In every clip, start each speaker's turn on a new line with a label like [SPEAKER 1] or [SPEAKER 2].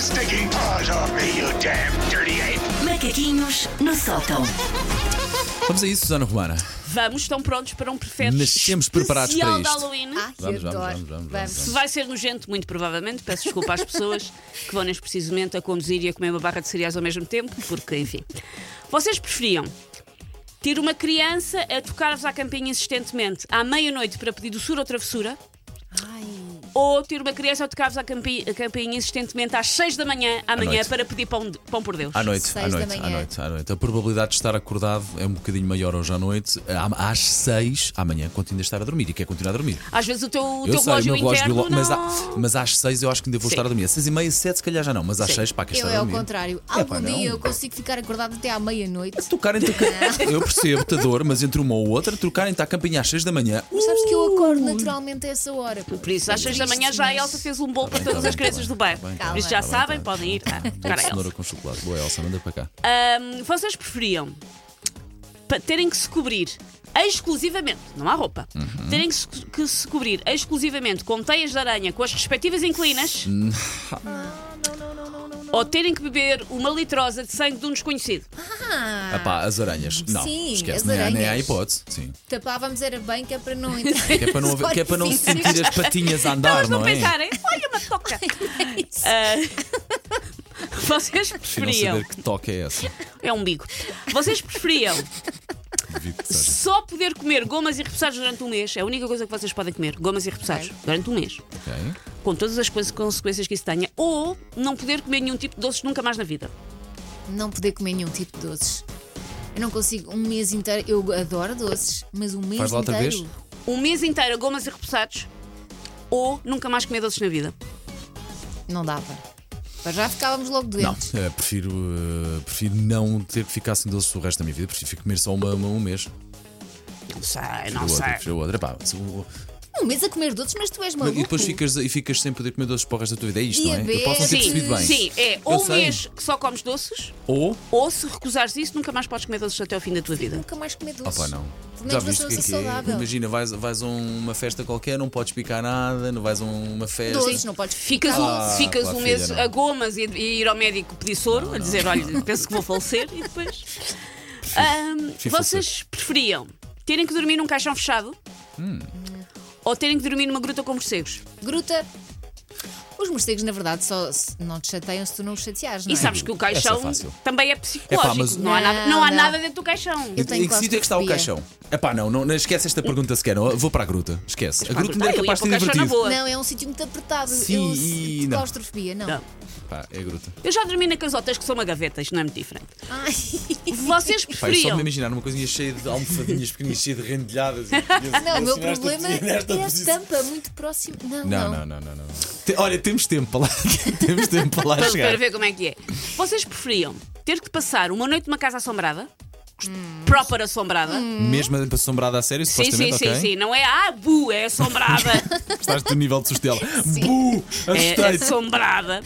[SPEAKER 1] stinking paws off me, you damn dirty ape!
[SPEAKER 2] Macaquinhos no sótão.
[SPEAKER 3] Vamos a isso, Susana Romana.
[SPEAKER 4] Vamos, estão prontos para um prefeito
[SPEAKER 3] Mas temos preparados para
[SPEAKER 4] especial
[SPEAKER 3] isto.
[SPEAKER 4] de Halloween?
[SPEAKER 5] Ai,
[SPEAKER 3] Vamos, vamos,
[SPEAKER 5] eu adoro.
[SPEAKER 3] vamos, vamos, vamos,
[SPEAKER 4] Se vai ser nojento, muito provavelmente, peço desculpa às pessoas que vão neste preciso momento a conduzir e a comer uma barra de cereais ao mesmo tempo, porque, enfim. Vocês preferiam ter uma criança a tocar-vos à campainha insistentemente à meia-noite para pedir doçura ou travessura,
[SPEAKER 5] Ai,
[SPEAKER 4] ou ter uma criança a tocar-vos à campi- à campainha insistentemente às 6 da manhã amanhã
[SPEAKER 3] noite.
[SPEAKER 4] para pedir pão, de- pão por Deus?
[SPEAKER 3] À noite,
[SPEAKER 5] Seis
[SPEAKER 3] à
[SPEAKER 5] da
[SPEAKER 3] noite, à
[SPEAKER 5] manhã.
[SPEAKER 3] noite, à noite. A probabilidade de estar acordado é um bocadinho maior hoje à noite. À- Às seis, amanhã, continuo a estar a dormir e quer continuar a dormir.
[SPEAKER 4] Às vezes o teu, o
[SPEAKER 3] eu
[SPEAKER 4] teu
[SPEAKER 3] sei, o
[SPEAKER 4] relógio
[SPEAKER 3] meu relógio
[SPEAKER 4] interno
[SPEAKER 3] biológico, mas,
[SPEAKER 4] não...
[SPEAKER 3] à- mas às seis eu acho que ainda vou
[SPEAKER 4] Sim.
[SPEAKER 3] estar a dormir. Às seis e meia, sete se calhar já não, mas às
[SPEAKER 4] Sim.
[SPEAKER 3] seis, pá, que
[SPEAKER 5] eu
[SPEAKER 3] estar
[SPEAKER 5] é
[SPEAKER 3] a
[SPEAKER 5] ao
[SPEAKER 3] dormir.
[SPEAKER 5] contrário.
[SPEAKER 3] É, pá,
[SPEAKER 5] Algum
[SPEAKER 3] não.
[SPEAKER 5] dia eu consigo ficar acordado até à meia-noite.
[SPEAKER 3] Trocarem-te a... Eu percebo-te a dor, mas entre uma ou outra, trocarem-te à campainha às seis da manhã. uh,
[SPEAKER 5] Mas sabes que eu acordo naturalmente a essa hora.
[SPEAKER 4] Por isso, às 6 da manhã já a Elsa fez um bolo para
[SPEAKER 3] bem,
[SPEAKER 4] todas
[SPEAKER 3] tá
[SPEAKER 4] as
[SPEAKER 3] bem,
[SPEAKER 4] crianças
[SPEAKER 3] tá
[SPEAKER 4] do
[SPEAKER 3] bem,
[SPEAKER 4] bairro.
[SPEAKER 3] tá bem,
[SPEAKER 5] tá
[SPEAKER 4] Por isso
[SPEAKER 5] bem,
[SPEAKER 3] tá
[SPEAKER 4] já
[SPEAKER 3] bem,
[SPEAKER 4] sabem,
[SPEAKER 3] tá
[SPEAKER 4] podem ir. Ah,
[SPEAKER 3] Doce
[SPEAKER 4] cara,
[SPEAKER 3] de
[SPEAKER 4] Elsa.
[SPEAKER 3] cenoura com chocolate. Boa, Elsa, manda para cá.
[SPEAKER 4] Ahm, vocês preferiam pa- terem que se cobrir exclusivamente, não há roupa,
[SPEAKER 3] Uhum.
[SPEAKER 4] terem que se, que se cobrir exclusivamente com teias de aranha com as respectivas inclinas ou terem que beber uma litrosa de sangue de um desconhecido?
[SPEAKER 5] Ah,
[SPEAKER 3] Ah, pá, as aranhas. Não,
[SPEAKER 5] sim,
[SPEAKER 3] esquece,
[SPEAKER 5] as
[SPEAKER 3] nem há- nem há
[SPEAKER 5] aranhas.
[SPEAKER 3] hipótese. Sim.
[SPEAKER 5] tapávamos era bem que é para não entrar.
[SPEAKER 3] Que é para não, haver- que é para não
[SPEAKER 5] Sim, sim.
[SPEAKER 3] sentir as patinhas a andar,
[SPEAKER 4] Elas não,
[SPEAKER 3] é?
[SPEAKER 4] pensarem, olha uma toca. Ah, vocês
[SPEAKER 3] E não
[SPEAKER 4] preferiam.
[SPEAKER 3] saber que toca é essa.
[SPEAKER 4] É um bico. Vocês preferiam
[SPEAKER 3] Duvido que seja.
[SPEAKER 4] só poder comer gomas e repousados durante um mês? É a única coisa que vocês podem comer, gomas e repousados, durante um mês.
[SPEAKER 3] Ok.
[SPEAKER 4] com todas as conse- consequências que isso tenha, ou não poder comer nenhum tipo de doces nunca mais na vida.
[SPEAKER 5] Não poder comer nenhum tipo de doces. Eu não consigo um mês inteiro. Eu adoro doces, mas um mês
[SPEAKER 3] Faz lá outra
[SPEAKER 5] inteiro.
[SPEAKER 3] vez?
[SPEAKER 4] Um mês inteiro a gomas e repousados, ou nunca mais comer doces na vida.
[SPEAKER 5] Não dava. Para já ficávamos logo
[SPEAKER 3] Não,
[SPEAKER 5] doentes.
[SPEAKER 3] eh, prefiro, eh, prefiro não ter que ficar sem doces o resto da minha vida. Prefiro comer só uma, uma um mês.
[SPEAKER 4] Não sei,
[SPEAKER 3] Prefiro
[SPEAKER 4] não
[SPEAKER 3] outra,
[SPEAKER 4] sei.
[SPEAKER 3] prefiro outra. Epá, se o-
[SPEAKER 5] Um mês a comer doces, mas tu és
[SPEAKER 3] e
[SPEAKER 5] maluco.
[SPEAKER 3] depois ficas, e ficas sem poder comer doces para o resto da tua vida. É isto, não é? Eu posso não ter
[SPEAKER 4] Sim,
[SPEAKER 3] percebido bem.
[SPEAKER 4] sim, é
[SPEAKER 3] Eu
[SPEAKER 4] ou um
[SPEAKER 3] sei.
[SPEAKER 4] mês que só comes doces,
[SPEAKER 3] Ou.
[SPEAKER 4] ou se recusares isso, nunca mais podes comer doces até ao fim da tua vida.
[SPEAKER 5] Nunca mais comer doces.
[SPEAKER 3] Opa, não.
[SPEAKER 5] Pelo menos você não
[SPEAKER 3] o que é que
[SPEAKER 5] ser
[SPEAKER 3] é?
[SPEAKER 5] saudável.
[SPEAKER 3] Imagina, vais, vais a uma festa qualquer, não podes picar nada, não vais a uma festa.
[SPEAKER 5] Doces, não podes
[SPEAKER 4] Ficas
[SPEAKER 5] ficar.
[SPEAKER 4] um,
[SPEAKER 3] Ah,
[SPEAKER 4] ficas
[SPEAKER 3] claro,
[SPEAKER 4] um
[SPEAKER 3] filha,
[SPEAKER 4] mês
[SPEAKER 3] não.
[SPEAKER 4] a gomas e, e ir ao médico pedir soro, a dizer: olha, penso que vou falecer, e depois. Ahm,
[SPEAKER 3] prefiro
[SPEAKER 4] vocês preferiam terem que dormir num caixão fechado
[SPEAKER 3] Hum.
[SPEAKER 4] ou terem que dormir numa gruta com morcegos?
[SPEAKER 5] Gruta. Os morcegos, na verdade, só se- não te chateiam se tu não os chateares, não é?
[SPEAKER 4] E sabes que o
[SPEAKER 3] Essa
[SPEAKER 4] caixão
[SPEAKER 3] é fácil.
[SPEAKER 4] também é psicológico.
[SPEAKER 3] Epá, mas-
[SPEAKER 4] não, há nada, não há
[SPEAKER 5] Não, não.
[SPEAKER 4] nada dentro do caixão.
[SPEAKER 5] Eu tenho
[SPEAKER 3] em que sítio é que está o
[SPEAKER 5] claustrofobia.
[SPEAKER 3] caixão? Epá, não, não, não esquece esta pergunta sequer. não. Vou para a gruta. Esquece. A gruta
[SPEAKER 4] Ah,
[SPEAKER 3] não é
[SPEAKER 4] eu ia
[SPEAKER 3] capaz de
[SPEAKER 4] para o
[SPEAKER 3] ser
[SPEAKER 4] caixão na
[SPEAKER 3] divertido.
[SPEAKER 4] boa.
[SPEAKER 5] Não, é um sítio muito apertado.
[SPEAKER 3] Sim,
[SPEAKER 5] eu,
[SPEAKER 3] e
[SPEAKER 5] de
[SPEAKER 3] não.
[SPEAKER 5] claustrofobia, não.
[SPEAKER 4] Não.
[SPEAKER 3] Pá, é gruta.
[SPEAKER 4] Eu já dormi na casotas que são uma gaveta, isto não é muito diferente.
[SPEAKER 5] Ai,
[SPEAKER 4] Vocês
[SPEAKER 3] Pá, eu só
[SPEAKER 4] preferiam.
[SPEAKER 3] me imaginar uma coisinha cheia de almofadinhas pequeninas, cheia de rendilhadas. e-
[SPEAKER 5] não, o meu
[SPEAKER 3] nesta-
[SPEAKER 5] problema
[SPEAKER 3] nesta
[SPEAKER 5] é a
[SPEAKER 3] posição.
[SPEAKER 5] tampa muito próxima. Não,
[SPEAKER 3] Não,
[SPEAKER 5] não.
[SPEAKER 3] não, não, não. não. Te- olha, temos tempo para lá, temos tempo para lá
[SPEAKER 4] Para,
[SPEAKER 3] chegar.
[SPEAKER 4] para ver como é que é. Vocês preferiam ter que passar uma noite numa casa assombrada, própara assombrada.
[SPEAKER 3] Mesmo assombrada a sério,
[SPEAKER 4] Sim, sim,
[SPEAKER 3] Hum. supostamente, ok?
[SPEAKER 4] sim, sim. Não é ah, bu, é assombrada.
[SPEAKER 3] Estás do nível de sustela. Bu!
[SPEAKER 4] é
[SPEAKER 3] Assustei-te!
[SPEAKER 4] assombrada.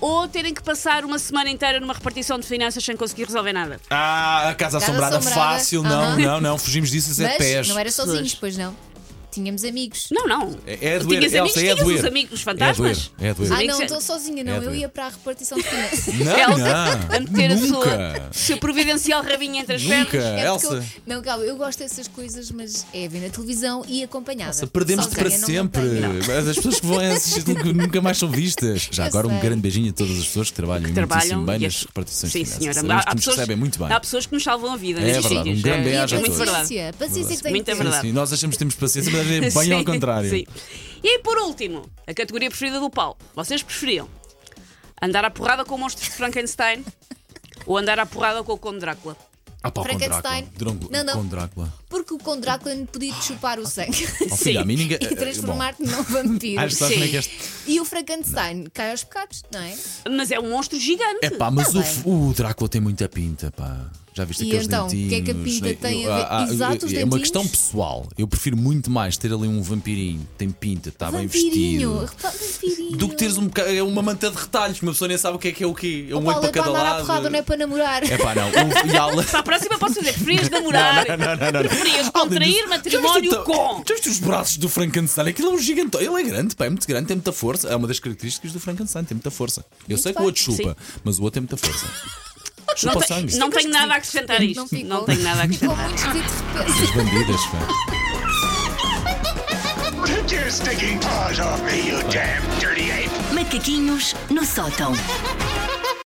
[SPEAKER 4] Ou terem que passar uma semana inteira numa repartição de finanças sem conseguir resolver nada.
[SPEAKER 3] Ah, a casa
[SPEAKER 5] Casa
[SPEAKER 3] assombrada,
[SPEAKER 5] assombrada.
[SPEAKER 3] fácil, não,
[SPEAKER 5] Aham.
[SPEAKER 3] não, não, fugimos disso, isso é de pés.
[SPEAKER 5] Mas não era sozinhos,
[SPEAKER 4] Pessoas.
[SPEAKER 5] pois não. Tínhamos amigos.
[SPEAKER 4] Não, não.
[SPEAKER 3] É- é a doer,
[SPEAKER 4] Tinhas
[SPEAKER 3] Elsa,
[SPEAKER 4] amigos,
[SPEAKER 3] é a
[SPEAKER 4] tinhas
[SPEAKER 3] doer.
[SPEAKER 4] os amigos, os fantasmas.
[SPEAKER 3] É a doer, é a doer.
[SPEAKER 4] Os
[SPEAKER 5] Ah,
[SPEAKER 4] amigos-
[SPEAKER 5] não, estou sozinha, não.
[SPEAKER 3] É
[SPEAKER 5] eu
[SPEAKER 3] doer.
[SPEAKER 5] ia para a repartição de finanças.
[SPEAKER 3] Não,
[SPEAKER 4] Elsa
[SPEAKER 3] não,
[SPEAKER 4] a meter a
[SPEAKER 3] nunca.
[SPEAKER 4] sua, seu providencial rabinho entre as
[SPEAKER 3] Nunca,
[SPEAKER 4] pernas.
[SPEAKER 5] É porque
[SPEAKER 3] Elsa.
[SPEAKER 5] Eu, não, calma, eu gosto dessas coisas, mas é ver na televisão e acompanhada.
[SPEAKER 3] Elsa, Perdemos-te para
[SPEAKER 5] Sozinha não
[SPEAKER 3] sempre.
[SPEAKER 5] mantenho.
[SPEAKER 3] Mas as pessoas que vão é assistir nunca mais são vistas. Já
[SPEAKER 5] Eu
[SPEAKER 3] agora, um
[SPEAKER 5] sei.
[SPEAKER 3] grande beijinho a todas as pessoas que trabalham,
[SPEAKER 4] que trabalham.
[SPEAKER 3] muitíssimo bem
[SPEAKER 4] e
[SPEAKER 3] nas
[SPEAKER 4] as-
[SPEAKER 3] repartições
[SPEAKER 4] Sim,
[SPEAKER 3] de finanças.
[SPEAKER 4] senhora.
[SPEAKER 3] Sabemos
[SPEAKER 4] há,
[SPEAKER 3] que nos
[SPEAKER 4] pessoas,
[SPEAKER 3] recebem muito bem.
[SPEAKER 4] há pessoas que nos salvam a vida.
[SPEAKER 3] É
[SPEAKER 4] nesses
[SPEAKER 3] verdade,
[SPEAKER 4] sítios.
[SPEAKER 3] um grande
[SPEAKER 4] É-
[SPEAKER 5] E a
[SPEAKER 3] beijo a
[SPEAKER 4] Muito
[SPEAKER 3] todos.
[SPEAKER 4] verdade.
[SPEAKER 5] paciência, paciência que tem
[SPEAKER 4] Muito
[SPEAKER 5] que ter.
[SPEAKER 4] verdade.
[SPEAKER 3] Sim, nós achamos que temos paciência, mas é bem ao
[SPEAKER 4] Sim,
[SPEAKER 3] contrário.
[SPEAKER 4] sim. E por último, a categoria preferida do Paulo. Vocês preferiam andar à porrada com o monstro de Frankenstein ou andar à porrada com o Conde Drácula?
[SPEAKER 3] Ah, pá, com Drácula.
[SPEAKER 5] Frankenstein.
[SPEAKER 3] Drão-
[SPEAKER 5] Não, não.
[SPEAKER 3] Com Drácula.
[SPEAKER 5] Porque o Conde Drácula podia te chupar o sangue
[SPEAKER 3] Oh, filha, a mim ninguém.
[SPEAKER 5] e transformar-te num vampiro.
[SPEAKER 3] Ah, sabes como é que
[SPEAKER 4] Sim.
[SPEAKER 3] este.
[SPEAKER 5] E o Frankenstein cai aos pecados, não é?
[SPEAKER 4] Mas é um monstro gigante.
[SPEAKER 3] É pá, mas
[SPEAKER 5] Tá
[SPEAKER 3] o,
[SPEAKER 5] bem.
[SPEAKER 3] o Drácula tem muita pinta, pá. Já viste
[SPEAKER 5] E
[SPEAKER 3] aqueles
[SPEAKER 5] então, o que
[SPEAKER 3] dentinhos?
[SPEAKER 5] é que a pinta
[SPEAKER 3] Eu-
[SPEAKER 5] tem a ver?
[SPEAKER 3] ah, ah,
[SPEAKER 5] Exato, os
[SPEAKER 3] É uma
[SPEAKER 5] dentinhos?
[SPEAKER 3] questão pessoal. Eu prefiro muito mais ter ali um vampirinho, tem pinta, está bem
[SPEAKER 5] Vampirinho,
[SPEAKER 3] vestido.
[SPEAKER 5] repá- vampirinho.
[SPEAKER 3] Do que teres um boca- é uma manta de retalhos, uma pessoa nem sabe o que é que é o quê. É um
[SPEAKER 5] Opa,
[SPEAKER 3] olho para
[SPEAKER 5] é para
[SPEAKER 3] cada
[SPEAKER 5] andar à
[SPEAKER 3] lado.
[SPEAKER 5] porrada, não é para namorar.
[SPEAKER 3] É pá, não. O- e há-
[SPEAKER 4] Para a próxima posso dizer, preferias namorar?
[SPEAKER 3] Não, não, não, não.
[SPEAKER 4] preferias contrair
[SPEAKER 3] Já
[SPEAKER 4] matrimónio
[SPEAKER 3] viste o ta-
[SPEAKER 4] com.
[SPEAKER 3] Já viste os braços do Frankenstein? Aquilo é um gigante. Ele é grande, pá, é muito grande, tem muita força. É uma das características do Frankenstein, tem muita força. Eu sei que o
[SPEAKER 5] bem,
[SPEAKER 3] outro chupa, mas o outro tem muita força. chupa
[SPEAKER 4] Não,
[SPEAKER 3] o
[SPEAKER 4] te-
[SPEAKER 3] sangue.
[SPEAKER 4] não tenho nada a acrescentar a isto.
[SPEAKER 5] ficou.
[SPEAKER 4] Não tenho nada a
[SPEAKER 5] Ficou
[SPEAKER 4] acrescentar.
[SPEAKER 5] muito esquisito de repente.
[SPEAKER 3] As bandidas, pá.
[SPEAKER 1] Take your stinking paws off me, you damn dirty ape!
[SPEAKER 2] Macaquinhos no sótão.